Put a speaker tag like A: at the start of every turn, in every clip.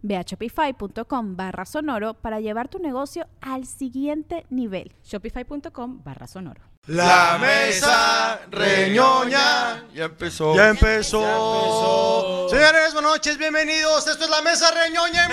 A: Ve a shopify.com barra sonoro para llevar tu negocio al siguiente nivel.
B: Shopify.com barra sonoro.
C: La mesa reñoña
D: ya empezó.
C: ya empezó. Señores, buenas noches, bienvenidos. Esto es la mesa reñoña en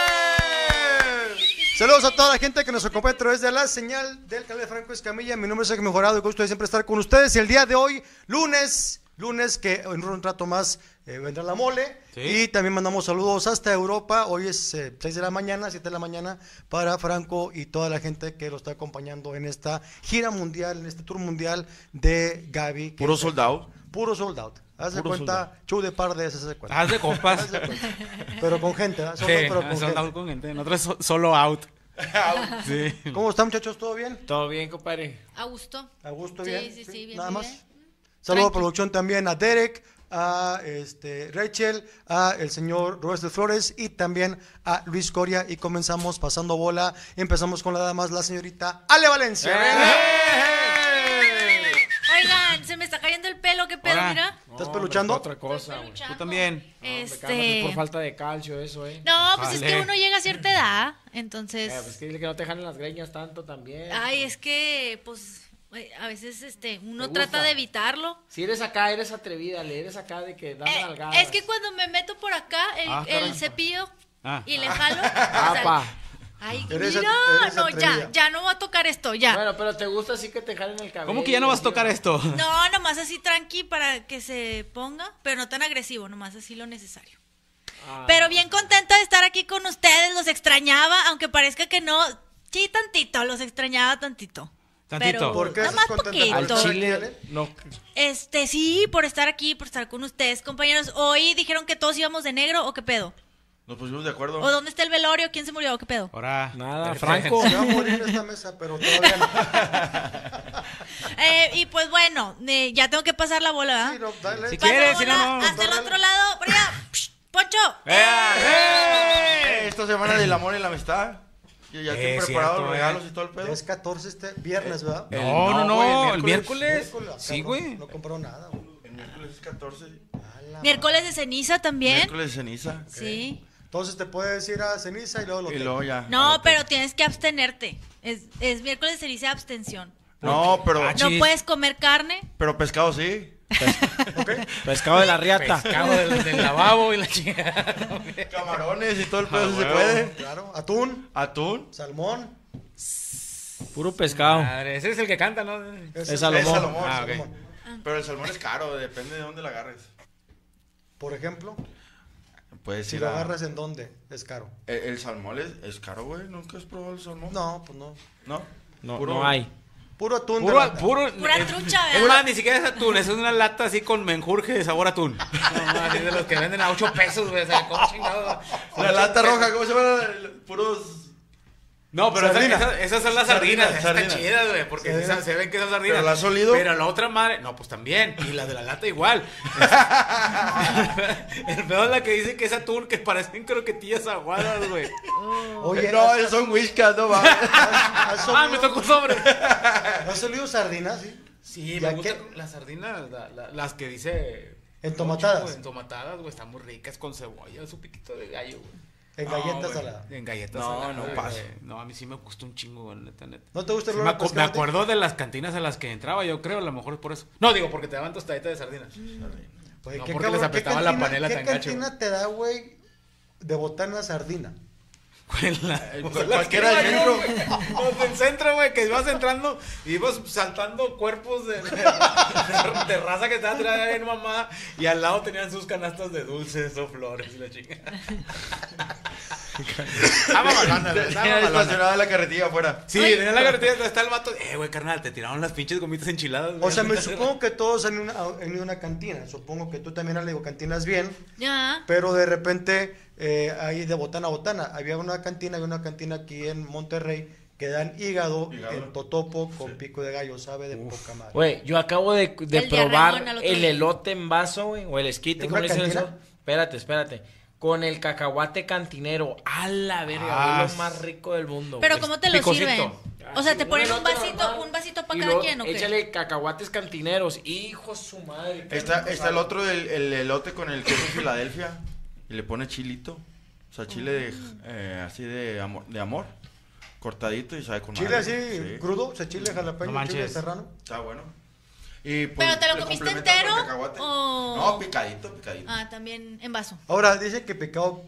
C: vivo. Saludos a toda la gente que nos acompaña a través de la señal del canal de Franco Escamilla. Mi nombre es Sergio Mejorado y gusto de siempre estar con ustedes. Y el día de hoy, lunes, lunes que en un rato más eh, vendrá la mole. Y también mandamos saludos hasta Europa. Hoy es eh, 6 de la mañana, 7 de la mañana, para Franco y toda la gente que lo está acompañando en esta gira mundial, en este tour mundial de Gaby. que
D: Puro
C: es-
D: soldado.
C: Puro soldado. Haz de
D: Puro
C: cuenta,
D: sold
C: show de par de esas, haz de cuenta.
E: Haz de compas.
C: Haz de cuenta. Pero con gente, ¿verdad?
E: Ah, Sí,
C: Solo, pero con
E: son
C: gente.
E: out con gente. Nosotros so- solo out. Sí.
C: ¿Cómo están, muchachos? ¿Todo bien?
E: Todo bien, compadre.
F: A gusto.
C: ¿A gusto?
F: Sí,
C: bien?
F: sí, sí, bien,
C: Nada
F: bien,
C: más.
F: bien.
C: Saludo a
F: Tranqui.
C: producción también a Derek, a este, Rachel, a el señor Roberto Flores y también a Luis Coria. Y comenzamos pasando bola. Empezamos con la dama, la señorita Ale Valencia.
E: Eh.
F: Oigan, se me está cayendo el pelo, qué pedo,
E: Ahora.
F: mira.
C: ¿Estás peluchando?
G: Otra cosa, güey.
F: Peluchando.
E: Tú también.
G: Carlos, es
F: Este.
G: por falta de calcio eso, eh.
F: No, pues es que
E: Vale.
F: uno llega a cierta edad,
G: Eh, pues
F: entonces.
G: que dile que no te jalen las greñas tanto también.
F: Ay, es que, pues, eh, a veces, este, uno
G: Te
F: trata
G: gusta.
F: de evitarlo.
G: Si eres acá, eres atrevida, le eres acá de que das
F: Eh,
G: nalgadas.
F: es que cuando me meto por acá, el,
E: Ah,
F: el
E: caramba.
F: cepillo
E: Ah.
F: y le jalo. o sea,
G: Apa.
F: Ay,
C: Eres
F: mira,
C: at- eres
F: no,
C: atrevida.
F: ya, ya no va a tocar esto, ya.
G: Bueno, pero te gusta así que te jalen el cabello.
E: ¿Cómo que ya no vas a tocar esto?
F: No, nomás así tranqui para que se ponga, pero no tan agresivo, nomás así lo necesario.
G: Ah.
E: Ah,
F: Pero bien contenta de estar aquí con ustedes, los extrañaba, aunque parezca que no, sí tantito, los extrañaba tantito.
E: Tantito.
F: Pero,
C: ¿Por qué
F: nomás
C: estás contenta?
G: Al
F: poquito.
C: Todo.
G: chile, no.
F: Este, sí, por estar aquí, por estar con ustedes, compañeros. Hoy dijeron que todos íbamos de negro, ¿o qué pedo?
D: Nos pusimos de acuerdo.
F: ¿O dónde está el velorio? ¿Quién se murió? ¿O qué pedo?
E: Ahora.
G: Nada,
E: Eh,
G: Franco.
C: Se va a morir esta mesa, pero todavía no.
F: Eh, y pues bueno, eh, ya tengo que pasar la bola, ¿verdad?
C: Sí, no, dale.
E: Si
F: Paso
E: quieres, si no,
F: bola
E: no.
F: Hasta el otro lado, por allá. Poncho.
D: Eh, Esta semana del amor y la amistad. Yo ya
E: Eh,
D: estoy preparado
E: cierto,
D: los
E: eh.
D: regalos y todo el pedo.
C: Es 14 este viernes, ¿verdad?
E: El- No, no, no.
D: güey,
E: el miércoles. Eh, Sí,
C: Cabrón,
E: güey.
C: No compró nada, güey.
D: El miércoles es 14.
F: Miércoles de ceniza también.
D: Miércoles de ceniza.
F: Sí.
C: Entonces te puedes ir a ceniza y luego lo
D: Y
C: te-
D: luego
E: Ah,
D: ya.
F: No, pero tienes que abstenerte. Es, es miércoles se dice abstención.
D: No, pero.
E: Ah, ch-
F: No
E: Chis.
F: puedes comer carne.
D: Pero pescado sí.
G: Pescado de la riata.
E: Pescado del, del lavabo y la chingada.
D: Camarones y todo el pedo
E: Ah,
D: si se
E: huevo.
D: puede.
C: Claro, atún,
D: Atún.
C: salmón.
G: Puro pescado.
E: Madre, ese es el que canta, ¿no?
C: ese-
G: Es Salomón.
D: Es Salomón.
E: Ah, ok.
C: Salomón.
D: Pero el salmón es caro, depende de dónde lo agarres.
C: Por ejemplo,
D: Puedes
C: si
D: ir
C: lo
D: a.
C: agarras en dónde, es caro.
D: El, el salmón es, es caro, güey. Nunca has probado el salmón.
C: No, pues no.
D: No.
G: No,
D: Puro-
G: no hay.
C: Puro atún. de
E: Puro,
C: lata.
E: puro.
F: Pura
E: eh,
F: trucha,
E: es
F: ¿verdad?
E: una- ni siquiera es atún, eso es una lata así con menjurje de sabor atún. No, madre, Ah, de los que venden a 8 pesos, güey. O sea, ¿cómo chingados?
D: La lata roja, ¿cómo se llama? Puros.
E: No, pero esa-
D: Sardina.
E: esa- esas son las
D: Sardina,
E: sardinas, están
D: sardina.
E: chidas, güey, porque sí
C: Sardina.
E: se ven que son sardinas.
D: ¿Pero la has olido?
E: Pero la otra madre, no, pues también, y la de la lata igual. El peor es la que dice que es atún, que parecen croquetillas aguadas, güey.
C: Oye,
D: No,
C: ¿has,
D: esos son whiskas, no va.
C: has- has
E: Ah, me
C: olido-
E: tocó sobre.
C: has olido sardinas? Sí.
E: Sí,
C: ¿Y
E: me
C: a
E: gustan
C: qué?
E: las sardinas, la- la- las que dice...
C: Entomatadas.
E: Ocho, güey, Entomatadas, güey, están muy ricas con cebolla, su piquito de gallo, güey.
C: En
E: No,
C: galletas
E: güey,
C: saladas.
E: En galletas
D: No,
E: saladas,
D: no
E: güey.
D: paso.
E: No, a mí sí me gusta un chingo, güey, neta, neta.
C: ¿No te gusta el
E: Sí, me,
C: olor a
E: acu- me
C: pescado?
E: acuerdo de las cantinas a las que entraba, yo creo, a lo mejor es por eso. No, digo, porque te daban tostaditas de sardinas.
C: Oye,
E: No,
C: ¿qué
E: porque
C: cabrón,
E: les
C: ¿qué
E: apestaba la
C: cantina-
E: panela
C: ¿Qué
E: tan gacho,
C: cantina te da, güey, de botana sardina?
E: ¿Cuál es Pues la-
D: Eh,
E: cuál es
D: cualquiera
E: la
D: del
E: que
D: centro.
E: vayó, güey? Los Pues del centro, güey, que ibas entrando y ibas saltando cuerpos de, de, de raza que estaba tirada ahí en mamá y al lado tenían sus canastas de dulces o flores y la chingada.
D: Estaba balona, güey,
E: Tenía
D: estaba estacionada la carretilla afuera.
E: Sí, en la carretera está el vato. Eh, güey, carnal, te tiraron las pinches gomitas enchiladas.
C: O
E: güey".
C: sea, me supongo que todos han ido a una, han ido a una cantina. Supongo que tú también has leído cantinas bien.
F: Ya.
C: Pero de repente, eh, ahí de botana a botana, había una cantina, había una cantina aquí en Monterrey que dan hígado,
D: Hígado.
C: en totopo con pico de gallo, sabe de poca madre.
G: Güey, yo acabo de, de
F: El de
G: probar
F: Ramón al otro
G: el
F: día.
G: elote en vaso, güey, o el esquite,
C: ¿En
G: como
C: una
G: le dicen
C: cantina?
G: eso. Espérate, espérate. Con el cacahuate cantinero. A la verga,
D: Ah,
G: güey, lo más rico del mundo.
F: Pero
G: güey.
F: ¿cómo te lo
G: Picosito.
F: sirven? O sea,
G: sí,
F: ¿te ponen un
G: elote
F: vasito- un vasito pa'
G: y
F: cada
G: luego
F: quien, o qué?
G: Échale cacahuates cantineros. Hijo de su madre. qué
D: Está,
G: rico
D: está el
G: sabe.
D: otro del el elote con el queso Filadelfia y le pone chilito. O sea, chile de, eh, así de amor, de amor, cortadito y sabe con
C: Chile
D: madre,
C: así,
D: sí.
C: crudo, o sea, chile jalapeño,
E: No manches.
C: chile serrano.
D: Está bueno. Y, pues,
F: ¿Pero te lo
D: le
F: comiste
D: complementas con
F: entero
D: cacahuate.
F: o-
D: No, picadito, picadito.
F: Ah, también en vaso.
C: Ahora, dicen que picado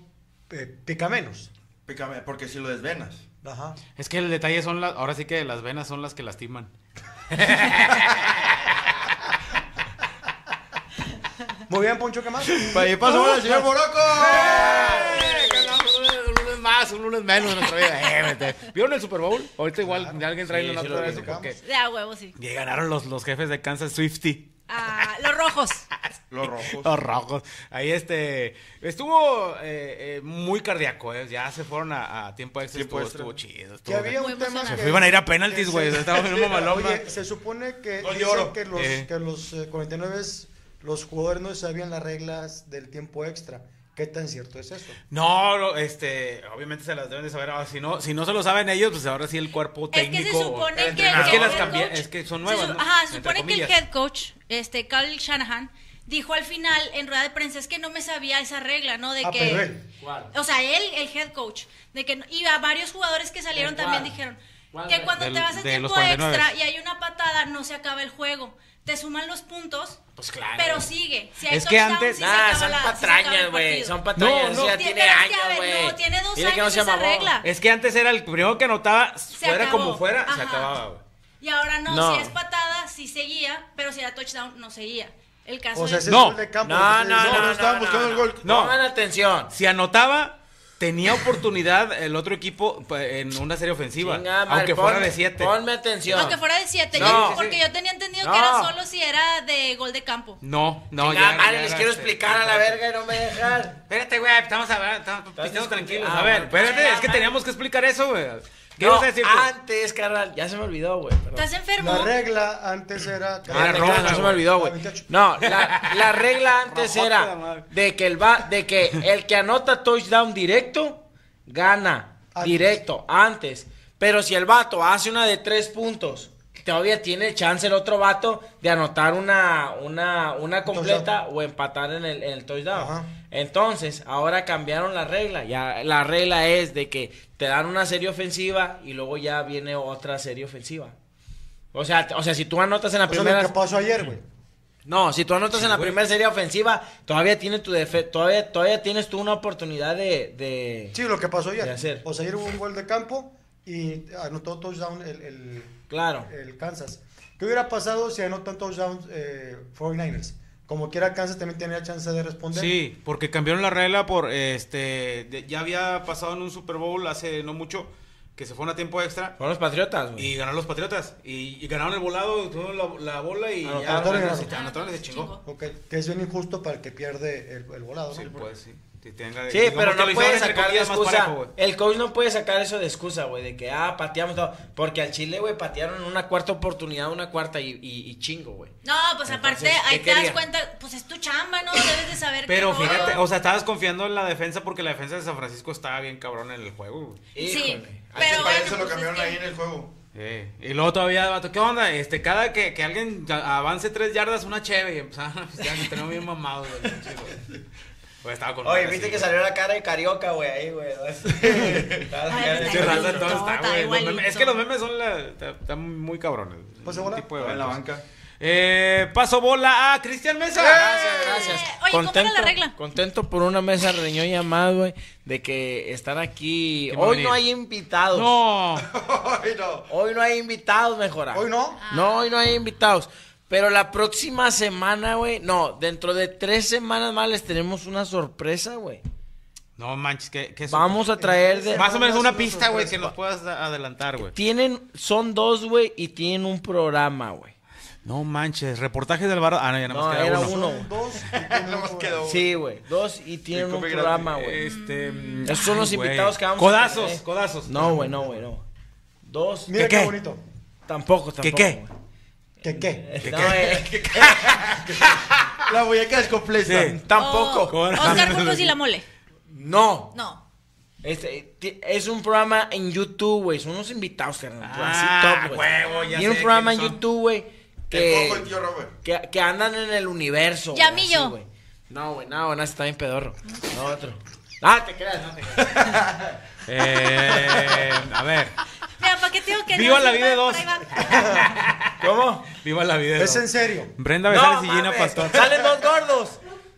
C: eh, pica menos.
D: Pícame, porque si lo desvenas.
C: Ajá.
E: Es que el detalle son las. Ahora sí que las venas son las que lastiman.
C: Muy bien, Poncho, ¿qué más?
D: Pa- Y pasó al señor Boroco.
E: Un lunes más, un lunes menos en nuestra vida. Eh, vete. ¿Vieron el Super Bowl? Ahorita igual alguien trae
G: Sí,
E: una nota
G: sí lo
E: de
G: vi,
E: eso
G: digamos.
E: porque.
F: De a huevo, sí.
E: Y ganaron los, los jefes de Kansas Swifty.
F: Ah, los rojos.
D: Los rojos.
E: Los rojos. Ahí este. Estuvo eh, eh, muy cardíaco, eh. Ya se fueron a, a tiempo extra.
D: Tiempo
E: Estuvo,
D: extra.
E: estuvo chido.
C: Que
E: estuvo
C: había
E: bien.
C: un
F: Muy
C: tema
F: emocionante.
E: Se
C: que-
E: iban a ir a penaltis, güey.
C: se-
E: Estaba en
C: sí,
E: una mamalona.
C: Oye, se supone que
D: Gol de
C: dicen
D: oro.
C: que los,
E: Eh.
C: que los eh, 49 los jugadores no sabían las reglas del tiempo extra. ¿Qué tan cierto es eso?
E: No, no, este. Obviamente se las deben de saber. Ahora, si no, si no se lo saben ellos, pues ahora sí el cuerpo
F: Es
E: técnico.
F: que se
E: o-
F: supone que. el
E: Es que
F: head
E: las cambié.
F: coach-
E: Es que son
F: se
E: nuevas.
F: su-
E: ¿no?
F: Ajá, se
E: Entre
F: supone que el
E: comillas.
F: head coach, este, Kyle Shanahan, dijo al final en rueda de prensa: es que no me sabía esa regla, ¿no? De
C: Ah,
F: que.
C: pero él.
F: O sea, él, el head coach. De que, no- y a varios jugadores que salieron
G: ¿De
F: también
G: cuál?
F: dijeron
G: ¿Cuál
F: que
G: de-
F: cuando
E: del-
F: te vas en
E: de los
F: tiempo
E: 49?
F: extra y hay una patada, no se acaba el juego. Te suman los puntos,
G: Pues claro.
F: pero sigue. Si hay
E: Es que
F: touchdown,
E: antes-
F: sí se
G: Nah,
F: acaba
G: ah, son
F: la- sí se acaba el
G: patrañas, güey.
F: partido.
G: Son patrañas.
E: No,
G: eso
E: no.
G: ya
F: Tiene-
G: tiene,
F: pero es que, a
G: años,
F: ver,
G: güey.
F: no, tiene dos
G: Dile que no
F: años
G: se
F: esa
G: mamó.
F: regla.
E: Es que antes era el primero que anotaba,
F: Se
E: fuera
F: acabó.
E: como fuera, se
F: Ajá.
E: acababa. güey.
F: Y ahora no,
G: No.
F: si es patada, sí seguía, pero si era touchdown, no seguía. El caso
C: O sea,
F: de-
C: ese
E: No.
C: gol de campo.
G: No, no,
C: entonces,
G: no,
D: no,
G: Ah, no,
D: estaban buscando el gol.
G: No,
E: No.
G: pongan atención.
E: Si anotaba, tenía oportunidad el otro equipo pa- en una serie ofensiva.
G: Chinga, madre,
E: aunque fuera
G: ponme-
E: de 7.
G: Ponme atención.
F: Aunque fuera de 7,
G: No. Sí, sí, sí.
F: porque yo tenía entendido que
G: No.
F: era solo si era de gol de campo.
E: No, no,
G: Chingada
E: ya-
G: madre,
E: ya
G: les
E: era
G: quiero
E: este-
G: explicar a la verga y no me dejan.
E: Espérate, güey, estamos hablando, estamos pisteando tranquilos.
G: Ah,
E: A ver,
G: bueno.
E: espérate,
G: Chingada
E: es que
G: madre.
E: teníamos que explicar eso, güey. ¿Qué
G: No,
E: ibas a decir? tú?
G: antes, carnal. Ya se me olvidó, güey. perdón.
F: ¿Estás enfermo?
C: La regla antes era.
E: Ah,
G: Espérate,
E: roja,
G: carnal, no se me
E: güey.
G: olvidó, güey.
C: Ah, 28.
G: No, la, la regla antes
E: Rojota la
G: era
E: madre.
G: de que el va, de que el que anota touchdown directo gana
C: Antes.
G: directo antes. Pero si el vato hace una de tres puntos, todavía tiene chance el otro vato de anotar una, una, una completa o empatar en el, en el touchdown.
C: Ajá.
G: Entonces, ahora cambiaron la regla. Ya la regla es de que te dan una serie ofensiva y luego ya viene otra serie ofensiva. O sea, o sea, si tú anotas en la
C: O sea,
G: primera
C: lo que pasó ayer, güey.
G: no, si tú anotas en la primera serie ofensiva, todavía tienes tu defe- todavía, todavía tienes tú una oportunidad de, de-
C: Sí, lo que pasó ayer.
G: De hacer.
C: O sea, ayer hubo un gol de campo y anotó touchdown el, el,
G: claro.
C: el Kansas. ¿Qué hubiera pasado si anotan touchdown eh, 49ers? Como quiera, Kansas también tenía chance de responder.
E: Sí, porque cambiaron la regla por este de- ya había pasado en un Super Bowl hace no mucho que se fueron a tiempo extra
G: Son los patriotas, güey.
E: y ganaron los Patriotas y, y ganaron el volado, tuvieron la, la bola y ya
C: Anotaron y ganaron.
E: se- anotaron y se chingó.
C: Ok, que es bien injusto para el que pierde el, el volado.
E: Sí,
C: ¿no?
E: pues sí. Que tenga-
G: Sí,
E: digamos
G: pero
E: que
G: no
E: lo hicieron
G: puede
E: entre
G: sacar la
E: comillas más
G: excusa.
E: parejo, güey.
G: el coach no puede sacar eso de excusa, güey, de que ah, pateamos todo. Porque al Chile, güey, patearon una cuarta oportunidad, una cuarta y, y- y chingo, güey.
F: No, pues aparte,
G: Entonces,
F: ahí
G: ¿qué
F: te das
G: quería?
F: cuenta, pues es tu chamba, ¿no? Debes de saber
E: Pero
F: qué rollo.
E: fíjate, o sea, estabas confiando en la defensa porque la defensa de San Francisco estaba bien cabrón en el juego. güey.
F: Sí,
G: Híjole.
D: A ese
F: pero
D: país
F: bueno,
D: se
F: pues,
D: lo
F: es
D: cambiaron
F: que-
D: ahí en el juego.
E: Sí. Eh, Y luego todavía, vato, ¿qué onda? Este, cada que, que alguien ya- avance tres yardas, una cheve. Y empezaron a pistear, que tenemos bien mamados. güey, los chicos. Pues estaba con
G: Oye,
E: madre,
G: viste
E: sí,
G: que
E: güey.
G: salió la cara de carioca, güey, ahí, güey.
F: Ay,
E: Pinche raza, todo está,
F: Está
E: güey. Los
F: igualito.
E: memes- Es que los memes son la, están muy cabrones.
C: Pues,
E: Un
C: hola.
E: tipo de
D: Estaba en la
E: vatos.
D: banca.
E: Eh, paso bola a Cristian
G: ¡Eh!
E: Mesa.
G: Gracias, gracias.
F: Eh, oye, ¿cómo era la regla?
G: Contento por una mesa reunión llamada, güey, de que están aquí.
E: Que va a
G: Hoy no
E: venir.
G: hay invitados.
E: No.
C: Ay, no.
G: Hoy no hay invitados, mejora.
C: Hoy no.
G: No, hoy no hay invitados. Pero la próxima semana, güey. No, dentro de tres semanas más les tenemos una sorpresa, güey.
E: No manches, que, que eso-
G: Vamos a traer de.
E: Más o menos una
C: Una
E: pista, güey,
C: sorpresa.
E: que nos puedas da- adelantar, güey.
G: Tienen, son dos, güey, y tienen un programa, güey.
E: No manches, reportajes del bar. Ah, no, ya nada más
G: No,
E: queda
G: era
E: uno.
G: uno.
C: Son dos. Nada más quedó.
G: Sí, güey. Dos y tienen
D: Sí,
G: un
D: copy gratis.
G: programa, güey.
E: Este, mm,
G: Esos son
E: ay,
G: los
E: güey.
G: invitados que vamos a
E: Codazos,
G: tener.
E: codazos.
G: No, güey, no, güey, no. Dos.
C: Mira
E: ¿Qué,
C: qué,
E: qué?
C: bonito.
G: Tampoco, tampoco.
E: ¿Qué, qué?
G: güey.
C: ¿Qué qué?
G: No, eh,
C: La muñeca descompleta.
E: Sí.
G: tampoco.
F: O- Oh, Oscar Burgos y la mole.
G: No.
F: No.
G: Este, ti- es un programa en YouTube, güey. Son unos invitados, carnal.
E: Ah,
G: así top, güey.
E: huevo, ya
G: Tiene un
E: sé
G: programa en
E: quiénes son.
G: YouTube, güey.
D: El
E: Eh,
G: Que,
D: cojo, el tío Robert.
G: que, que andan en el universo. güey,
F: Yamillo.
G: así, güey. No, güey, no, güey, no, ese está bien pedorro. No, otro. Ah, te creas, no te creas.
E: Eh, a ver.
F: Mira, ¿para qué te digo que
E: Viva
F: no?
E: la
F: Sí,
E: vida de
F: va,
E: dos.
F: ahí va.
G: ¿Cómo?
E: Viva la vida.
C: Es en serio.
E: Brenda Besares y
G: mames,
E: Gina Pastor.
G: Salen dos gordos.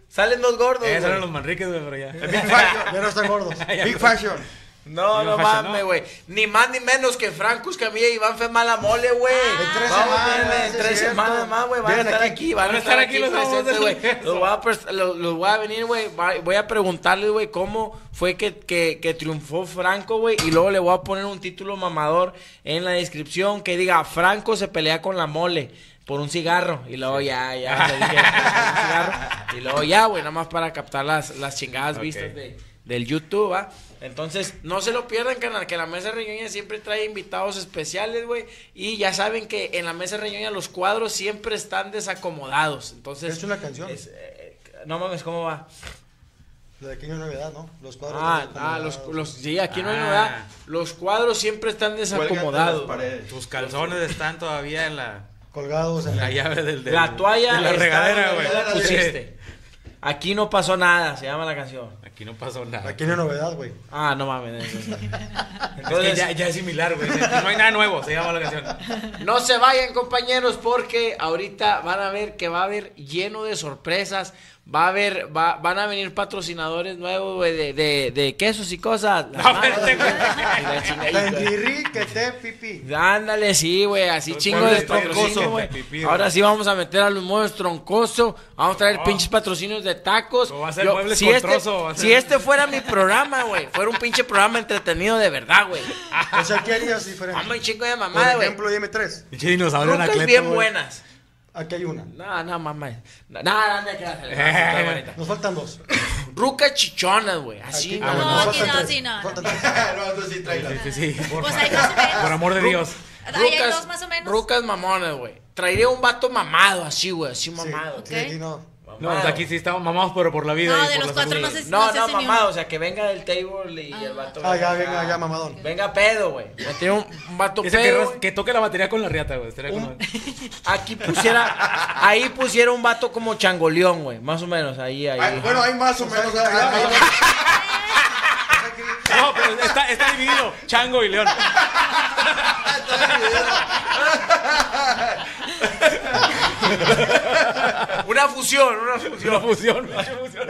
G: Salen dos gordos.
E: Eh,
G: güey.
E: salen los Manriques, güey, pero ya.
C: Big Fashion. Ya no están gordos. Big Fashion.
G: No,
E: Digo,
G: no
E: Hasha,
G: mames,
E: no.
G: güey. Ni más ni menos que Franco Escamilla y Iván Femala Mole, güey.
C: En tres
G: Vamos,
C: semanas,
G: güey, En
C: es
G: tres
C: cierto.
G: semanas más, güey. Van a
C: Llegan
G: estar
C: aquí.
G: aquí. Van a estar aquí
E: los amos
G: presentes,
E: del
G: güey.
E: universo.
G: Los voy a pres- Los los voy a venir, güey. Va- Voy a preguntarles, güey, cómo fue que, que, que triunfó Franco, güey. Y luego le voy a poner un título mamador en la descripción que diga Franco se pelea con la mole. Por un cigarro. Y luego ya, ya. le dije, "Por un cigarro". Y luego ya, güey. Nada más para captar las, las chingadas
E: Ok.
G: vistas de, del YouTube, ¿va? Entonces, no se lo pierdan, canal, que la mesa reñoña siempre trae invitados especiales, güey. Y ya saben que en la mesa reñoña los cuadros siempre están desacomodados. Entonces.
C: Es una canción.
G: es, eh, no mames, ¿cómo va?
C: Lo de aquí no hay novedad, ¿no? Los cuadros.
G: Ah,
C: están
G: ah, los,
C: acomodados.
G: los- sí, aquí no hay
E: Ah.
G: novedad. Los cuadros siempre están
D: Cuelgan de las
G: desacomodados.
D: paredes.
E: Tus calzones están todavía en la,
C: Colgados en
E: en la
C: la.
E: llave del, del-
G: La toalla.
E: de la
G: está
E: regadera,
G: donde
E: güey.
G: la
E: Sí.
G: pusiste. Aquí no pasó nada, se llama la canción.
E: Aquí no pasó nada.
C: Aquí no hay novedad, güey.
G: Ah, no mames. eso sí.
E: Es que ya, ya es similar, güey. No hay nada nuevo, se llama la canción.
G: No se vayan compañeros porque ahorita van a ver que va a haber lleno de sorpresas. Va a haber, va- van a venir patrocinadores nuevos güey, de, de- de quesos y cosas. Las
E: No,
G: manos,
E: vete, güey.
G: y la chingadita.
C: Tanguirri que te pipi.
G: Ándale, sí, güey, así
E: Los
G: chingo de
E: muebles
G: patrocinio,
E: troncosos.
G: güey.
E: Pipí, güey.
G: Ahora sí vamos a meter a los muebles troncoso, vamos a traer
E: No.
G: pinches patrocinios de tacos.
E: No, Ah. va a ser muebles
G: si
E: con
G: este,
E: trozo, va a
G: si
E: ser-
G: este fuera mi programa, güey, fuera un pinche programa entretenido de verdad, güey.
C: O sea, ¿qué harías diferente?
G: Vamos, chingo de
C: Por
G: mamada, güey.
C: ejemplo, IM3.
E: Pinche dinosaurio
G: Rucas
E: anacleto,
G: bien
E: güey.
G: buenas.
C: Aquí hay una.
G: No, no, mamá. No, no, no, no,
C: Nos faltan dos.
G: Rucas chichonas, güey.
C: Aquí-
G: Así,
C: Ah,
G: no,
C: bueno,
F: No,
C: nos
F: aquí
C: faltan
F: no,
C: tres.
F: sí, no, no.
C: Faltan tres.
D: no, tú sí, tráela.
E: Sí, sí, sí. Por,
F: Pues ahí más o menos.
E: por amor de Dios.
F: Ahí hay dos más o menos.
G: Rucas mamones, güey. Traería un vato mamado, así, güey, así
C: Sí,
G: mamado.
C: sí,
F: ok.
C: aquí no.
E: No, pues aquí sí estamos mamados, pero por la vida.
F: No,
E: y
F: de
E: por
F: los
E: la
F: cuatro
E: salud.
F: no sé si
G: No,
F: sé
G: no,
F: si ni uno.
G: mamado, o sea, que venga del table y el vato.
C: Ah, ya,
G: acá.
C: venga, ya, mamadón.
G: Venga pedo, güey. Meter un, un vato
E: Ese que,
G: pedo.
E: ras- que toque la batería con la riata, güey. estaría
G: Un-
E: como-
G: Aquí pusiera, ahí pusiera un vato como changoleón, güey. Más o menos, ahí, ahí.
D: Ay, Ah, bueno, hay más
C: Pues
D: o menos. hay- hay-
E: No, pero está, está dividido. Chango y León.
G: Una fusión, una fusión.
E: Una fusión. pinche fusión.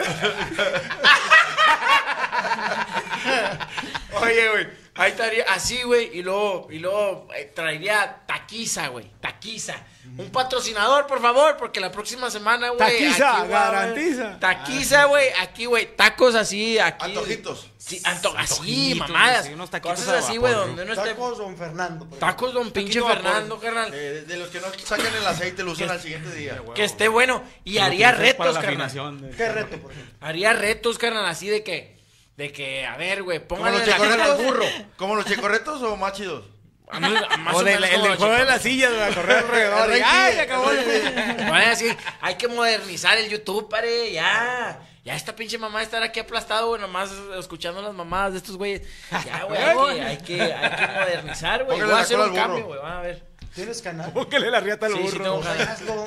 G: Oye, güey. Ahí estaría así, güey. Y luego, y luego eh, traería taquiza, güey. Taquiza. Un patrocinador, por favor, porque la próxima semana, güey.
E: Taquiza,
G: aquí, güey, güey,
E: garantiza.
G: Taquiza, güey. Aquí, güey. Tacos así, aquí.
D: Antojitos.
G: Sí, anto- así,
E: Antojitos,
G: mamadas.
E: sí, unos taquitos
G: Cosas
E: de
G: así,
E: vapor,
G: güey,
E: ¿no?
G: donde uno esté.
C: Tacos Don Fernando. por ejemplo.
G: Tacos, don pinche
E: Taquito de vapor.
G: Fernando, carnal.
D: Eh, de- de los que no sacan el aceite lo usan al siguiente día.
G: que esté bueno. Y haría retos, carnal.
C: ¿Qué reto, por ejemplo?
G: Haría retos, carnal, así de que. De que, a ver, güey,
D: Como
G: pónganle
D: los
G: la cara
D: checorretos
G: al burro.
D: Como los checorretos o más chidos.
G: Ándale, más
E: O
G: o
E: del-
G: menos
E: el
G: como
E: del
G: los
E: juego de
G: checorretos.
E: las sillas, güey, a correr alrededor.
D: El
E: y-
D: rey
E: ¡Ay,
D: Kid,
E: se acabó!
D: el rey Kid.
G: Ahora sí, hay que modernizar el YouTube, pare, ya. Ya esta pinche mamá de estar aquí aplastado, güey, nomás escuchando las mamadas de estos güeyes. Ya, güey, hay que, hay que, hay que modernizar, güey.
D: Póngale
G: Voy a
D: la
G: hacer
D: cola
G: un
D: al burro.
G: cambio, güey, van a ver.
C: ¿Tienes canal?
E: Póngale la riata al
G: Sí, sí,
E: burro.
G: tengo
E: güey.
G: ganas.
C: Hazlo.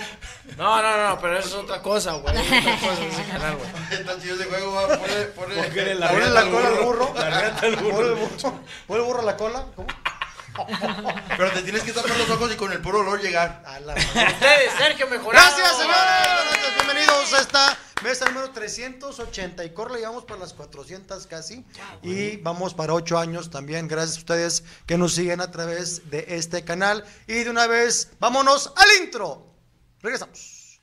G: No, no, no, pero eso es otra cosa, güey. Es otra cosa ese canal, güey.
D: Está chido ese juego, va, ponle, ponle,
E: Póngale la
D: ponle
E: riata
D: la
E: al
D: cola al
E: burro.
D: burro.
C: La reta al burro. Pon el burro a la cola. ¿Cómo?
D: Pero te tienes que tapar los ojos y con el puro olor llegar.
C: A la madre.
G: Ustedes, Sergio Mejorado.
C: Gracias, señores. Buenas noches, Bienvenidos a esta mesa número 380 y corre, llevamos para las 400 casi. Y vamos para 8 años también. Gracias a ustedes que nos siguen a través de este canal. Y de una vez, vámonos al intro. Regresamos.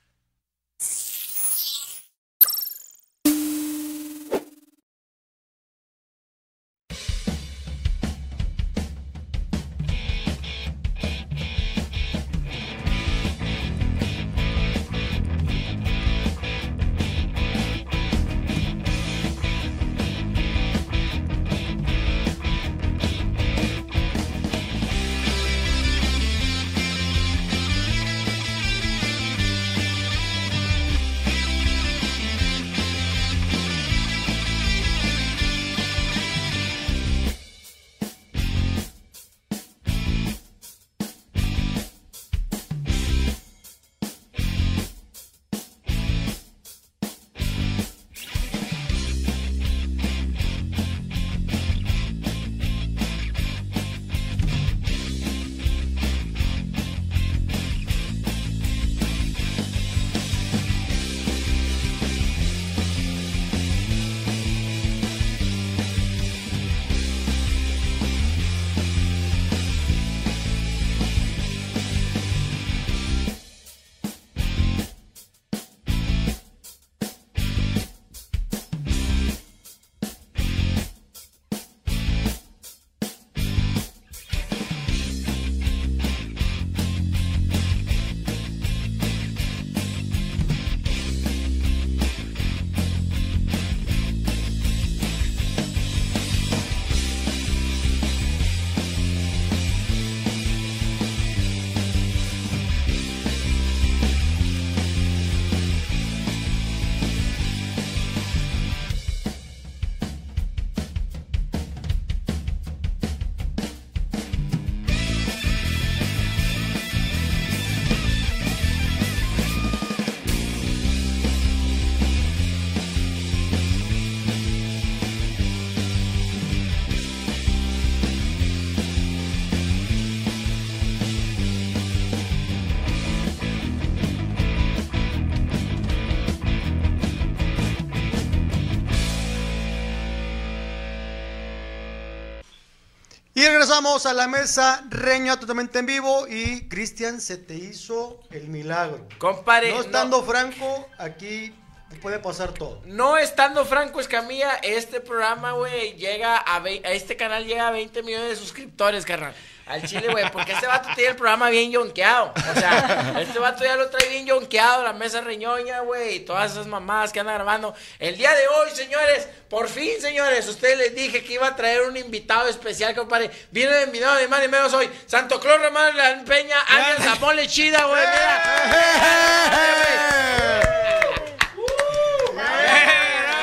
C: Y regresamos a la mesa Reña totalmente en vivo y Cristian se te hizo el milagro.
G: Compadre,
C: no
G: no-
C: estando franco, aquí puede pasar todo.
G: No estando Franco Escamilla, este programa, güey, llega a, vei- a este canal llega a 20 millones de suscriptores, carnal. Al chile, güey, porque este vato tiene el programa bien yonqueado. O sea, este vato ya lo trae bien yonqueado, la mesa reñoña, güey, y todas esas mamadas que andan grabando. El día de hoy, señores, por fin, señores, ustedes les dije que iba a traer un invitado especial, compadre. Viene el invitado de más y menos hoy, Santo Claus Román La Peña, alias la mole chida, güey, mira.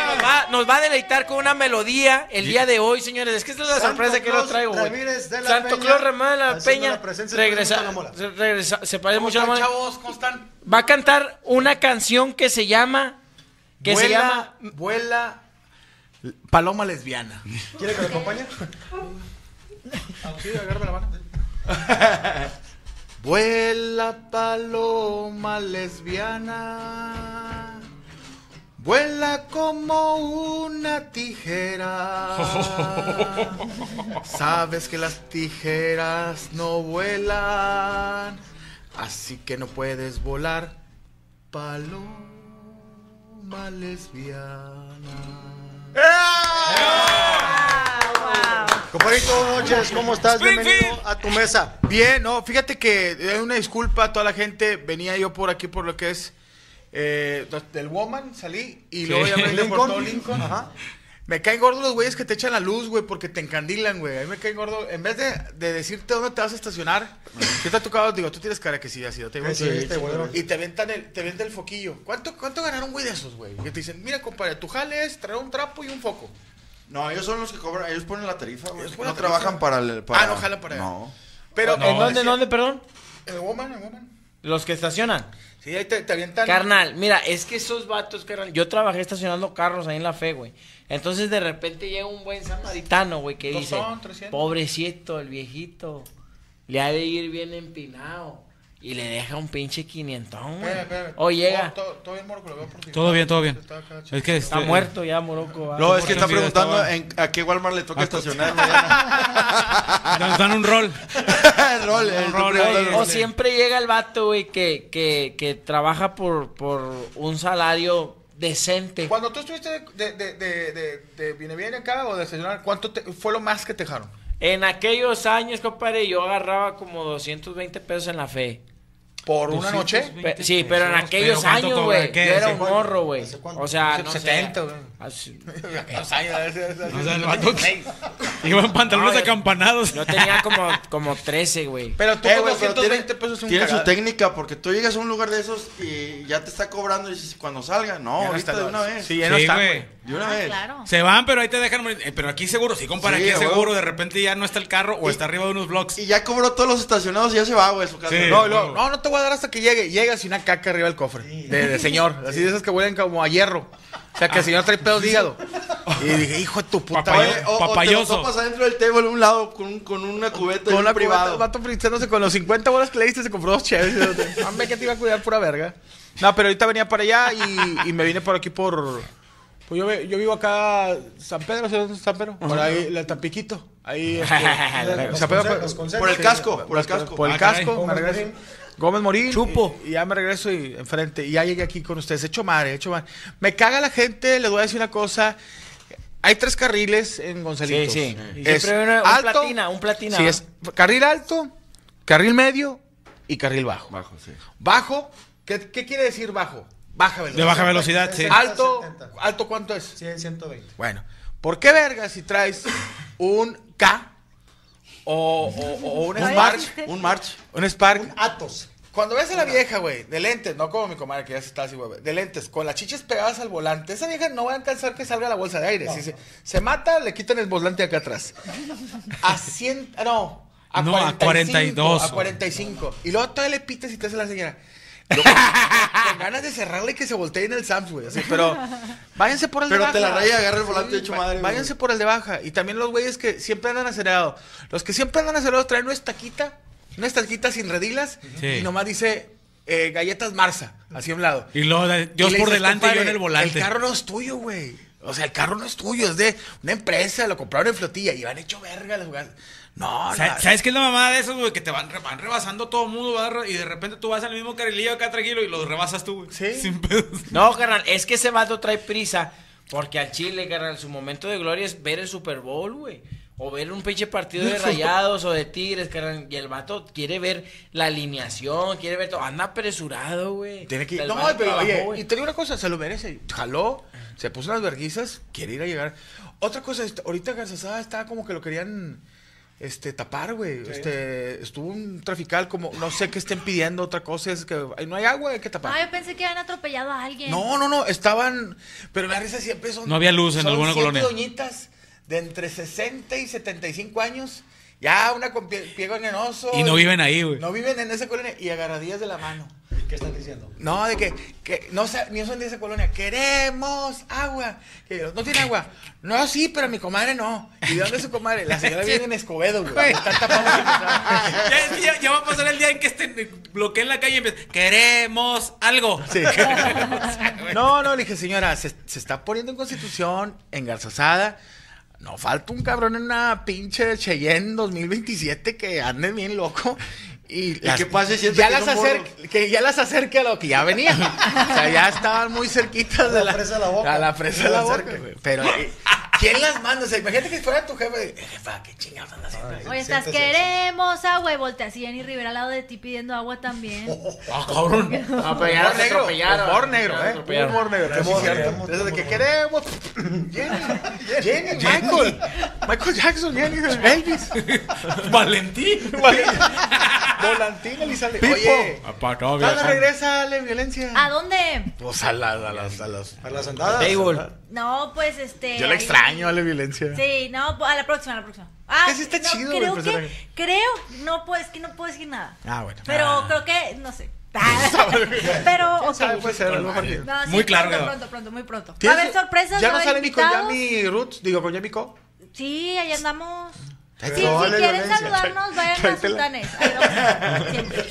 G: Nos va, nos va a deleitar con una melodía el día de hoy, señores. Es que esta es la
C: Santo
G: sorpresa que
C: Claus
G: los traigo, güey.
C: Ramírez de la
G: Santo
C: Peña,
G: Claus Ramírez de la
C: haciendo
G: Peña.
C: la presencia de
G: regresa,
C: Pedrito Zamora.
G: se- regresa- se parece mucho a la
H: ¿Cómo están,
G: mole.
H: chavos? ¿Cómo están?
G: Va a cantar una canción que se llama. Que se llama.
H: Vuela. Paloma lesbiana.
C: ¿Quiere que lo acompañe?
H: Vuela paloma lesbiana. Vuela como una tijera. Sabes que las tijeras no vuelan. Así que no puedes volar. Paloma lesbiana.
C: Compadrito, buenas noches, ¿cómo estás? Bienvenido a tu mesa.
H: Bien, no, fíjate que eh, una disculpa a toda la gente. Venía yo por aquí por lo que es eh, do- del Woman, salí y luego ya me vine por todo Lincoln.
C: Ajá.
H: Me caen gordos los güeyes que te echan la luz, güey, porque te encandilan, güey. A mí me caen gordo. En vez de, de decirte dónde te vas a estacionar, yo te ha tocado, digo, tú tienes cara que sí, así, yo te digo,
C: Sí,
H: sí,
C: este, güey.
H: y te avientan el, te avientan el foquillo. ¿Cuánto, ¿Cuánto ganaron, güey, de esos, güey? Que te dicen, mira, compadre, tu jale es traer un trapo y un foco.
D: No, ellos son los que cobran, ellos ponen la tarifa, güey.
H: Ellos
D: No
H: ponen la tarifa.
D: trabajan para el. para-
H: Ah, no jalan para allá.
D: No.
H: Pero,
G: ¿En dónde,
H: decía-
G: en dónde, perdón?
H: El Woman, el Woman.
G: Los que estacionan.
H: Sí, ahí te, te avientan.
G: Carnal, mira, es que esos vatos, carnal. Yo trabajé estacionando carros ahí en la fe, güey. Entonces de repente llega un buen samaritano, güey, que
H: Dos
G: dice:
H: son, trescientos.
G: Pobrecito, el viejito. le ha de ir bien empinado. Y le deja un pinche quinientón, güey.
H: Espérame, espérame.
G: O llega.
H: Todo, todo- todo bien, Morocco, lo veo por ti.
I: Todo bien, todo bien.
H: Está acá, chido.
I: Es que
G: Está
I: este,
G: muerto ya, Morocco. va.
D: No,
I: Por
D: es que
I: ejemplo,
D: está preguntando
I: estaba-
D: en- a qué Walmart le toca estacionar.
I: Nos dan un rol.
D: mañana. El rol, el-
I: Un
D: tú
I: rol,
D: preguntas-
I: oye.
G: O siempre llega el vato, güey, que, que, que trabaja por, por un salario decente.
H: Cuando tú estuviste de, de, de, de, de Bienvenido acá o de desayunar, ¿cuánto te- fue lo más que te dejaron?
G: En aquellos años, compadre, yo agarraba como 220 pesos en la fe.
H: ¿Por una noche?
I: 220.
G: Pe-
I: 20
G: sí, pero en
I: pesos,
G: aquellos
I: pero ¿cuánto
G: años,
I: cobra?
G: güey. Yo
I: ¿Qué?
G: era
I: ¿Hace
G: un
I: cuánto?
G: morro, güey.
H: ¿Hace cuánto?
G: O sea, no
H: 70,
G: sé.
H: güey.
G: Así-
H: Aquellos años, a ver, a ver, a ver.
I: O sea, el vato iba en pantalones
G: No, yo-
I: acampanados.
G: Yo tenía como, como 13, güey.
H: Pero tú
D: Eh,
H: con
D: güey, pero
H: 220
D: tiene-
H: pesos es un
D: Tiene su
H: cagado.
D: técnica, porque tú llegas a un lugar de esos y ya te está cobrando y dices, cuando salga, no,
H: Ya no
D: ahorita
H: está
D: de una
H: la-
D: vez.
H: Sí,
I: Sí,
H: ya no está, güey.
I: güey.
D: De una
F: Ah,
D: vez.
F: claro.
I: Se van, pero ahí te dejan. morir. Eh, pero aquí seguro, sí, compadre,
D: Sí,
I: aquí
D: güey.
I: seguro. De repente ya no está el carro o está arriba de unos blocks.
D: Y ya cobró todos los estacionados y ya se va, güey, a su casa.
I: Sí.
H: No, y luego,
I: huevo.
H: no, no te voy a dar hasta que llegue. Llegas y una caca arriba del cofre. De, de señor. Así de esas que huelen como a hierro. O sea, que el señor trae pedos de hígado. Y dije, hijo de tu puta
I: Papá,
H: madre.
D: Oye, o, o te lo
I: Papayoso.
D: topas adentro del table a un lado con, un- con una cubeta
H: Con
D: y
H: una
D: un privado.
H: privada, vato fritándose con los 50 bolas que le diste, se compró dos chéveres. Hombre, que te iba a cuidar pura verga. No, pero ahorita venía para allá y, y me vine por aquí por. Pues yo, ve- yo vivo acá, San Pedro, ¿sabes dónde es San Pedro? Por ahí, la Tapiquito. Ahí. este,
C: consejos,
H: San Pedro, por-
C: los consejos
D: por el
C: que-
D: casco, por el casco.
H: Por el
I: Ah, caray.
H: casco, me
C: Gómez
H: regreso.
C: Morín.
H: Gómez Morín.
G: Chupo.
H: Y, y ya me regreso y enfrente. Y ya llegué aquí con ustedes. Hecho madre, hecho madre. Me caga la gente, les voy a decir una cosa. Hay tres carriles en Gonzalitos.
G: Sí, sí. Y
H: Es
G: siempre hay una- un
H: alto,
G: platina, un platina,
H: Sí,
G: ¿no?
H: es carril alto, carril medio y carril bajo.
D: Bajo, sí.
H: Bajo, ¿qué, qué quiere decir bajo? Baja velocidad.
I: De baja velocidad, sí.
H: Alto,
C: 70.
H: alto ¿cuánto es?
C: 100, 120.
H: Bueno, ¿por qué verga si traes un K o, o- o
D: Un
H: un Spark?
D: march, un march.
H: Un Spark.
C: Atos.
H: Cuando ves a la vieja, güey, de lentes, no como mi comadre que ya se está así, güey, de lentes, con las chichas pegadas al volante, esa vieja no va a alcanzar que salga la bolsa de aire. si se, se mata, le quitan el volante acá atrás. A 100, no, a
I: No, a
H: 45.
I: 42.
H: A 45. Y luego todavía le pitas y te hace la señora. Luego, con ganas de cerrarle y que se voltee en el Samsung, güey. así, pero váyanse por el de
D: Pero
H: baja.
D: te la raya, agarra el volante hecho
H: va-
D: madre, güey.
H: Váyanse por el de baja. Y también los güeyes que siempre andan acelerados. Los que siempre andan acelerados traen una estaquita, una estaquita sin redilas.
I: Sí.
H: Y nomás dice eh, galletas Marza, así a un lado.
I: Y luego, de- Dios
H: Y le
I: por
H: dices,
I: delante y yo en
H: "Compadre,
I: el volante.
H: El carro no es tuyo, güey. O sea, el carro no es tuyo, es de una empresa, lo compraron en flotilla y van hecho verga las jugadas. No,
I: Sa-
H: no.
I: ¿Sabes qué es la mamada de esos, güey? Que te van, re- van rebasando todo el mundo, van re- y de repente tú vas al mismo carrilillo acá tranquilo y los rebasas tú, güey.
H: Sí.
I: Sin pedos.
G: No, carnal, es que ese vato trae prisa. Porque al Chile, carnal, su momento de gloria es ver el Super Bowl, güey. O ver un pinche partido de rayados o de tigres, carnal. Y el vato quiere ver la alineación, quiere ver todo. Anda apresurado, güey.
H: Tiene que
G: El
H: No,
G: vato
H: pero
G: trabajó,
H: oye,
G: güey.
H: y te digo una cosa, se lo merece. Jaló, se puso unas verguizas, quiere ir a llegar. Otra cosa, este, ahorita Garzazada estaba como que lo querían este tapar, güey. Este, estuvo un trafical como, no sé qué estén pidiendo, otra cosa es que ay, no hay agua, hay que tapar.
F: Ah, yo pensé que habían atropellado a alguien.
H: No, no, no, estaban. Pero las risas siempre son.
I: No había luz en
H: son
I: alguna
H: siete
I: colonia.
H: doñitas de entre 60 y 75 años. Ya una con pie, pie venenoso.
I: Y no viven ahí, güey.
H: No viven en esa colonia y agarradillas de la mano.
C: ¿Y qué están diciendo?
H: No, de que, que no sa- ni son de esa colonia. Queremos agua. Que yo, no tiene agua. No, sí, pero mi comadre no. ¿Y de dónde es su comadre? La señora viene en Escobedo, güey. Está tapada.
I: ya, es que ya- ya va a pasar el día en que
E: eh,
I: estén bloqueen la calle y empiezan, queremos algo.
H: Sí. No, no, le dije, señora, se, se está poniendo en constitución, engarzazada. No falta un cabrón en una pinche Cheyenne 2027 que ande bien loco. Y,
D: que pase siente
H: ya
D: que
H: las
D: son
H: acer-
D: morros.
H: que ya las acerque a lo que ya venía. o sea, ya estaban muy cerquitas de
C: La
H: la,
C: fresa de la boca.
H: A la fresa de la
C: Las
H: boca,
C: acerque.
H: güey. Pero, eh, ¿quién las manda? O sea, imagínate que fuera tu jefe. eh, Jefa, qué chingados andas haciendo. ahí?
F: Oye, estás,
C: Siéntese.
F: queremos agua. Y voltea así Jenny Rivera al lado de ti pidiendo agua también.
I: Ah, cabrón.
G: No, pero ya
H: Humor
G: las
H: negro,
G: atropellaron.
H: humor negro,
G: Ya las
H: ¿eh?
G: atropellaron.
H: Humor negro,
C: Queremos,
H: sí, cierto.
C: queremos,
H: Desde que
C: queremos.
H: queremos. Jenny, Jenny, Michael, Michael Jackson, Jenny, Elvis,
I: Valentín.
H: Volantín, Elizalde.
D: Pipo.
H: Oye,
I: Apá, no,
H: ¿cuándo
I: viajan.
H: regresa la violencia?
F: ¿A dónde?
H: Pues a las, a las, a las.
C: A las andadas.
G: Table.
F: No, pues este.
H: Yo le
F: ahí-
H: extraño a la violencia.
F: Sí, no, po- a la próxima, a la próxima. Ah,
H: Que sí está
F: no,
H: chido, güey,
F: creo
H: pues,
F: que,
H: era-
F: creo, no puedo, es que no puedo decir nada.
H: Ah, bueno.
F: Pero creo que, no sé. Pero, ok.
H: ¿Sabe? Puede ser, a lo mejor que-
F: No, sí,
I: Muy claro,
F: Pronto,
I: Eva.
F: pronto, pronto, muy pronto. Va a
H: ¿Tienes-
F: haber sorpresas.
H: ¿Ya
F: va a haber
H: no sale ni con
F: invitados.
H: Yami Roots? Digo, con Yami Co.
F: Sí, ahí andamos. Sí,
C: Pero
F: si
C: vale
F: quieren
C: violencia.
F: saludarnos, vayan a
H: tráetela.
F: Sultanes. Ahí vamos. Siempre.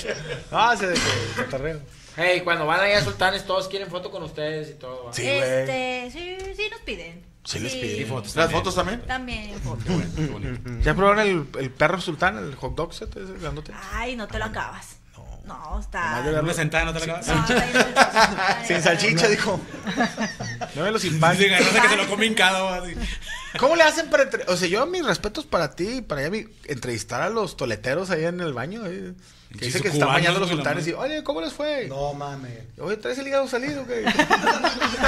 H: Ah, se se- cotorreo.
G: Hey, cuando van allá a Sultanes, todos quieren foto con ustedes y todo. ¿va?
H: Sí, güey.
F: este, sí, sí nos piden.
H: Sí les piden.
E: Y fotos.
D: ¿Las fotos también?
F: También.
E: Qué bueno, qué bonito.
H: Mm. ¿Ya probaron el, el perro sultán, el hot dog set ese grandote?
F: Ay, no te lo acabas. No. No, está.
H: Nomás de
E: Una sentada, ¿no te la acabas?
F: no, está bien sensacional.
H: Sin salchicha, dijo. No me los
E: Dice
H: impactes.
E: Garrosa que se lo come hincado, así.
H: ¿Cómo le hacen para entre... O sea, yo mis respetos para ti y para allá mi- entrevistar a los toleteros ahí en el baño. eh, que
E: Pinches
H: dice que se están
E: cubanos,
H: bañando los
E: güey, la
H: sultanes y, oye, ¿cómo les fue?
C: No mames.
H: Oye, ¿traes el hígado salido? o qué?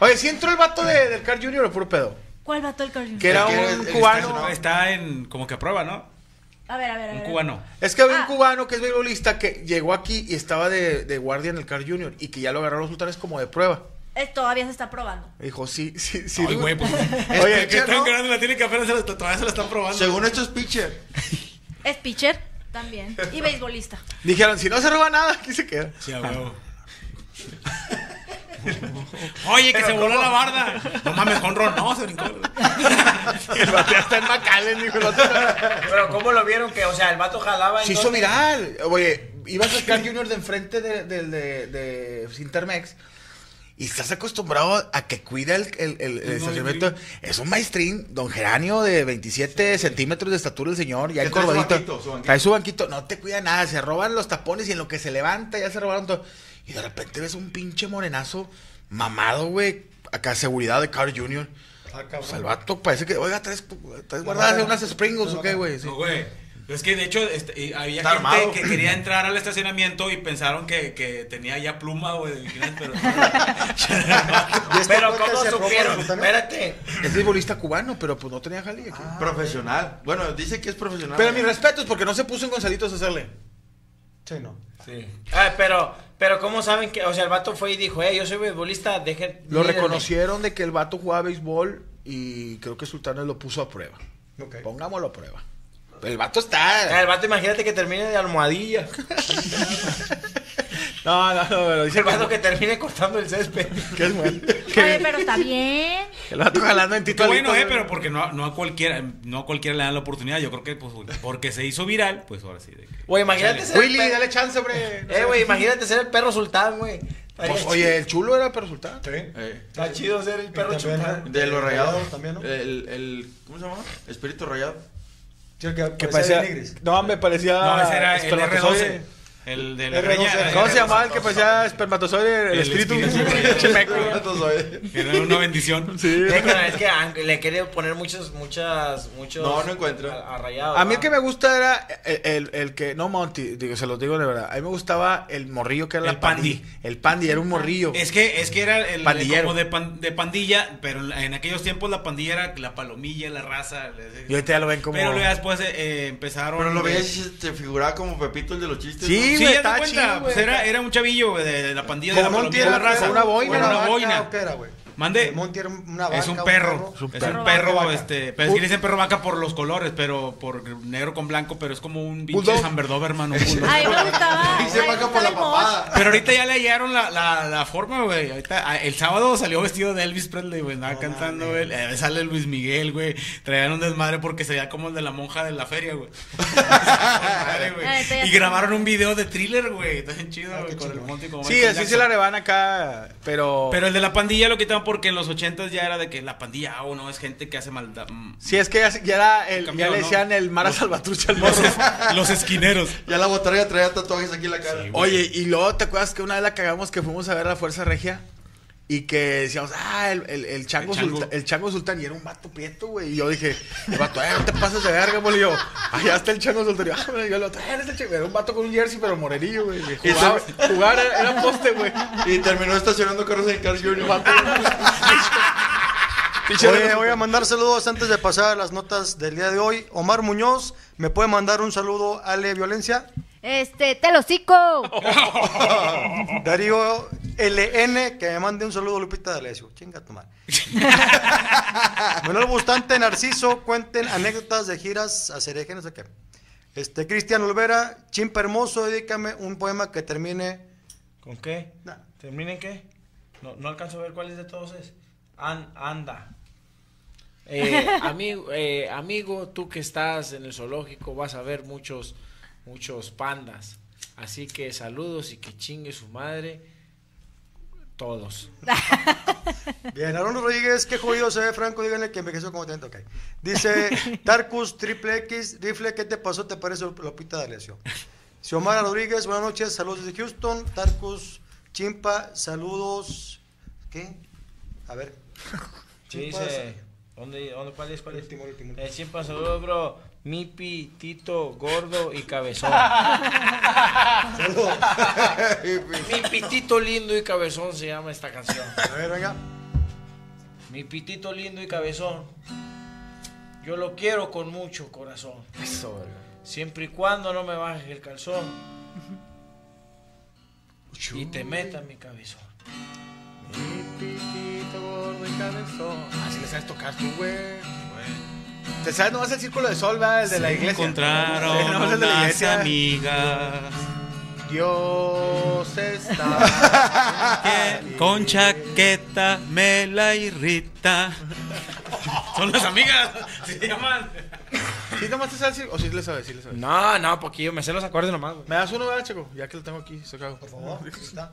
H: Oye, si entró el vato de- del Carl Jr. o puro pedo.
F: ¿Cuál vato el Carl Jr.?
H: Que era
D: El que era
H: un
D: el- el
H: cubano.
D: extraño,
E: Está en, como que aprueba, ¿no?
F: A ver, a ver, a
E: Un
F: ver.
E: cubano.
H: Es que había un
F: Ah.
H: cubano que es beisbolista que llegó aquí y estaba de, de guardia en el Carl Jr. y que ya lo agarraron los sultanes como de prueba.
F: Eh, todavía se está probando.
H: Dijo, sí, sí, sí.
E: Ay, güey, pues.
H: Oye,
E: Oye, que
H: ¿qué,
E: tan
H: no?
E: grande la tiene que apenas se la, está- todavía se la están probando.
D: Según esto es pitcher.
F: Es pitcher también. Y beisbolista.
H: Dijeron, si no se roba nada, aquí se queda.
E: Sí, a huevo. Oye, que se voló la barda. No mames, honrón, no, se brincó.
H: Y el batea está en McAllen, dijo el otro.
G: Pero ¿cómo lo vieron? Que, o sea, el vato jalaba.
H: Se hizo viral. Oye, ibas al Carl Jr. de enfrente de, de, de, de Cintermex. Y estás acostumbrado a que cuida el, el, el- el estacionamiento. Es un maestrín, don Geranio, de 27 centímetros de estatura el señor, ya
D: Que trae su banquito, su
H: encorvadito.
D: banquito.
H: Trae su banquito, no te cuida nada, se roban los tapones y en lo que se levanta ya se robaron todo. Y de repente ves un pinche morenazo mamado, güey, acá seguridad de Carl Jr.
C: Ah,
H: O
C: cabrón.
H: sea, el vato parece que, oiga, traes, traes guardadas unas Springles o qué, güey. Sí.
E: No, güey. Es que de hecho este, y había
D: Está
E: gente
D: armado.
E: que quería entrar al estacionamiento y pensaron que, que tenía ya pluma, güey, de vigilancia, pero
C: Y este
G: Pero
C: cuate
G: ¿cómo
C: se roba
G: supieron?
C: los sultanes.
G: Espérate.
H: Es futbolista cubano, pero pues no tenía jali aquí.
D: Profesional. Bueno, dice que es profesional.
H: Pero mis respetos, porque no se puso en Gonzalitos a hacerle.
C: Sí, no.
G: Ah, pero, pero ¿cómo saben que? O sea, el vato fue y dijo, eh, yo soy beisbolista, dejen.
H: Lo
G: mírenme".
H: reconocieron de que el vato jugaba béisbol y creo que Sultanes lo puso a prueba.
C: Ok.
H: Pongámoslo a prueba. El vato
G: Ah, El
H: está.
G: vato, imagínate que termine de almohadilla.
H: No, no, no, pero dice
G: El vato que termine cortando el césped.
H: que es bueno.
F: Oye,
H: Que
F: pero está bien.
H: el vato jalando en Tito.
E: Qué bueno,
H: Alito,
E: eh, pero porque no, no a cualquiera, no a cualquiera le dan la oportunidad. Yo creo que pues, porque se hizo viral, pues ahora sí. de que-
G: Güey, imagínate ser. el
H: Willy,
G: perro-
H: dale chance, hombre. No
G: Eh,
H: sé.
G: güey, imagínate ser el perro sultán, güey.
H: Pues,
G: Estaría
H: oye, el chulo era pero Sultán.
C: Sí.
D: Eh,
G: Está chido ser el perro
C: Y también,
G: chupado.
C: ¿no?
D: de los rayados.
C: También, ¿no?
D: El, el, ¿Cómo se llama? Espíritu rayado.
C: Sí, el que,
H: Que
C: parecía
H: parecía.
C: de Nigris.
H: No, me parecía.
E: No, ese era el
H: espermatozoide.
E: R12. El de la
C: R12.
E: araña.
H: ¿Cómo se llamaba el que parecía espermatozoide? El,
E: El
H: espíritu.
E: espíritu.
H: Chimeco.
E: Era una bendición.
H: Sí.
G: Eh, pero es que ang- le quiere poner muchas, muchas, muchos.
D: No, no encuentro.
G: A, a rayados,
H: A mí el
G: ¿va?
H: que me gusta era el, el- el que, no Monty, digo, se los digo de verdad. A mí me gustaba el morrillo que era
E: El
H: la pandi.
E: Pandi.
H: El pandi era un morrillo.
E: Es que, es que era el
H: Pandillero.
E: como de, pan- de pandilla, pero en- en aquellos tiempos la pandilla era la palomilla, la raza.
H: Y ahorita ya lo ven como.
E: Pero luego después eh, empezaron.
D: Pero lo veías y se te figuraba como Pepito el de los chistes.
H: Sí,
E: Sí,
H: güey,
E: ya
H: estaba
E: te cuenta.
H: chido, güey.
E: pues era, era un chavillo güey, de, de la pandilla de
H: Como
E: la
H: no
E: palomilla,
H: entiendo,
E: la raza.
H: con una boina,
E: Con
H: ¿no?
E: una
C: vaca,
E: boina.
C: ¿o qué era, güey?
E: Mande.
C: El Monty era una vaca,
E: es un
C: un
E: perro, es un
H: perro.
E: perro,
C: Vaca.
E: este, pero es que le dicen perro vaca por los colores, pero por negro con blanco, pero es como un pinche
H: Bulldog.
E: San hermano, un bulldog.
F: Ahí me gustaba.
D: Y se
F: ahí me
D: baja por
F: gustaba
D: la
F: el mosh.
D: papada.
E: Pero ahorita ya le hallaron la, la, la forma, güey. Ahorita, ah, el sábado salió vestido de Elvis Presley, güey. Andaba cantando, güey. Eh, sale Luis Miguel, güey. Traían un desmadre porque se veía como el de la monja de la feria, güey. Madre, güey.
F: Ah, esto ya
E: y
F: está.
E: grabaron un video de thriller, güey. Está bien chido, güey. Con el monte y como
H: Ah, Sí,
E: Michael
H: así se
E: Jackson.
H: la reban acá, pero.
E: Pero el de la pandilla lo quitaron porque en los ochentas ya era de que la pandilla, ah, o no, es gente que hace maldad. mm.
H: Sí, es que ya, se- ya era el,
E: Cambió,
H: ya le
E: ¿no?
H: decían el Mara Salvatrucha al
E: Los,
H: morro.
E: los esquineros.
D: Ya la botarga traía tatuajes aquí en la cara.
H: Oye, y luego te acuerdas que una vez la cagamos que fuimos a ver la Fuerza Regia y que decíamos, ah, el, el, el chango,
E: El chango.
H: Sultán, el chango sultán, y era un vato prieto, güey. Y yo dije, el vato, eh, no te pases de verga, güey. Y yo, allá está el chango sultán. Y yo, ah, güey, yo lo eh, eres el chango. Era un vato con un jersey, pero morenillo, güey. Y
D: Y
H: Jugaba,
D: se-
H: jugar era, era poste, güey.
D: Y terminó estacionando carros en Carl Jr.
C: Oye, voy a mandar saludos antes de pasar a las notas del día de hoy. Omar Muñoz, ¿me puede mandar un saludo Ale Violencia?
F: Este, telocico.
C: Darío LN, que me mande un saludo Lupita D'Alessio. Chinga tu madre. Manuel Bustante, Narciso, cuenten anécdotas de giras a Cereje, no sé qué. Este, Cristian Olvera, Chimpa Hermoso, dedícame un poema que termine...
G: ¿Con qué?
C: Nah.
G: ¿Terminen qué? No, no alcanzo a ver cuál es de todos es. An- anda. Eh, amigo, eh, amigo, tú que estás en el zoológico vas a ver muchos, muchos pandas. Así que saludos y que chingue su madre. Todos.
C: Bien, Aaron Rodríguez, qué jodido se ve Franco, díganle que envejeció como tanto, ok. Dice Tarkus Triple X, Rifle, ¿qué te pasó? ¿Te parece Lopita de Alesio? Xiomara Rodríguez, buenas noches, saludos desde Houston. Tarkus Chimpa, saludos. ¿Qué? A ver.
G: Sí,
C: Chimpa,
G: dice, ¿dónde, dónde, ¿Cuál es? ¿Cuál es?
C: Último, último.
G: Eh, siempre saludos, bro. Mipi, Tito, Gordo y Cabezón.
C: saludos.
G: Mi pitito lindo y cabezón se llama esta canción.
C: A ver, venga.
G: Mi pitito lindo y cabezón. Yo lo quiero con mucho corazón. Siempre y cuando no me bajes el calzón. Y te meta mi cabezón.
I: Mi pitito gordo y cabezón. Así le sabes tocar tú, güey.
H: Te sabes nomás el círculo de sol, ¿verdad? El de la iglesia.
I: Encontraron
H: Sí, nomás el de la
I: unas
H: iglesia.
I: amigas
H: Dios está.
I: que con chaqueta me la irrita. Son las amigas, se llaman.
H: ¿Sí nomás te sabes el círculo? O sí le sabes, sí le sabes.
G: No, no, porque yo me sé los acordes nomás. güey.
H: ¿Me das uno, verdad, chico? Ya que lo tengo aquí, se cago.
C: Por favor, ahí está.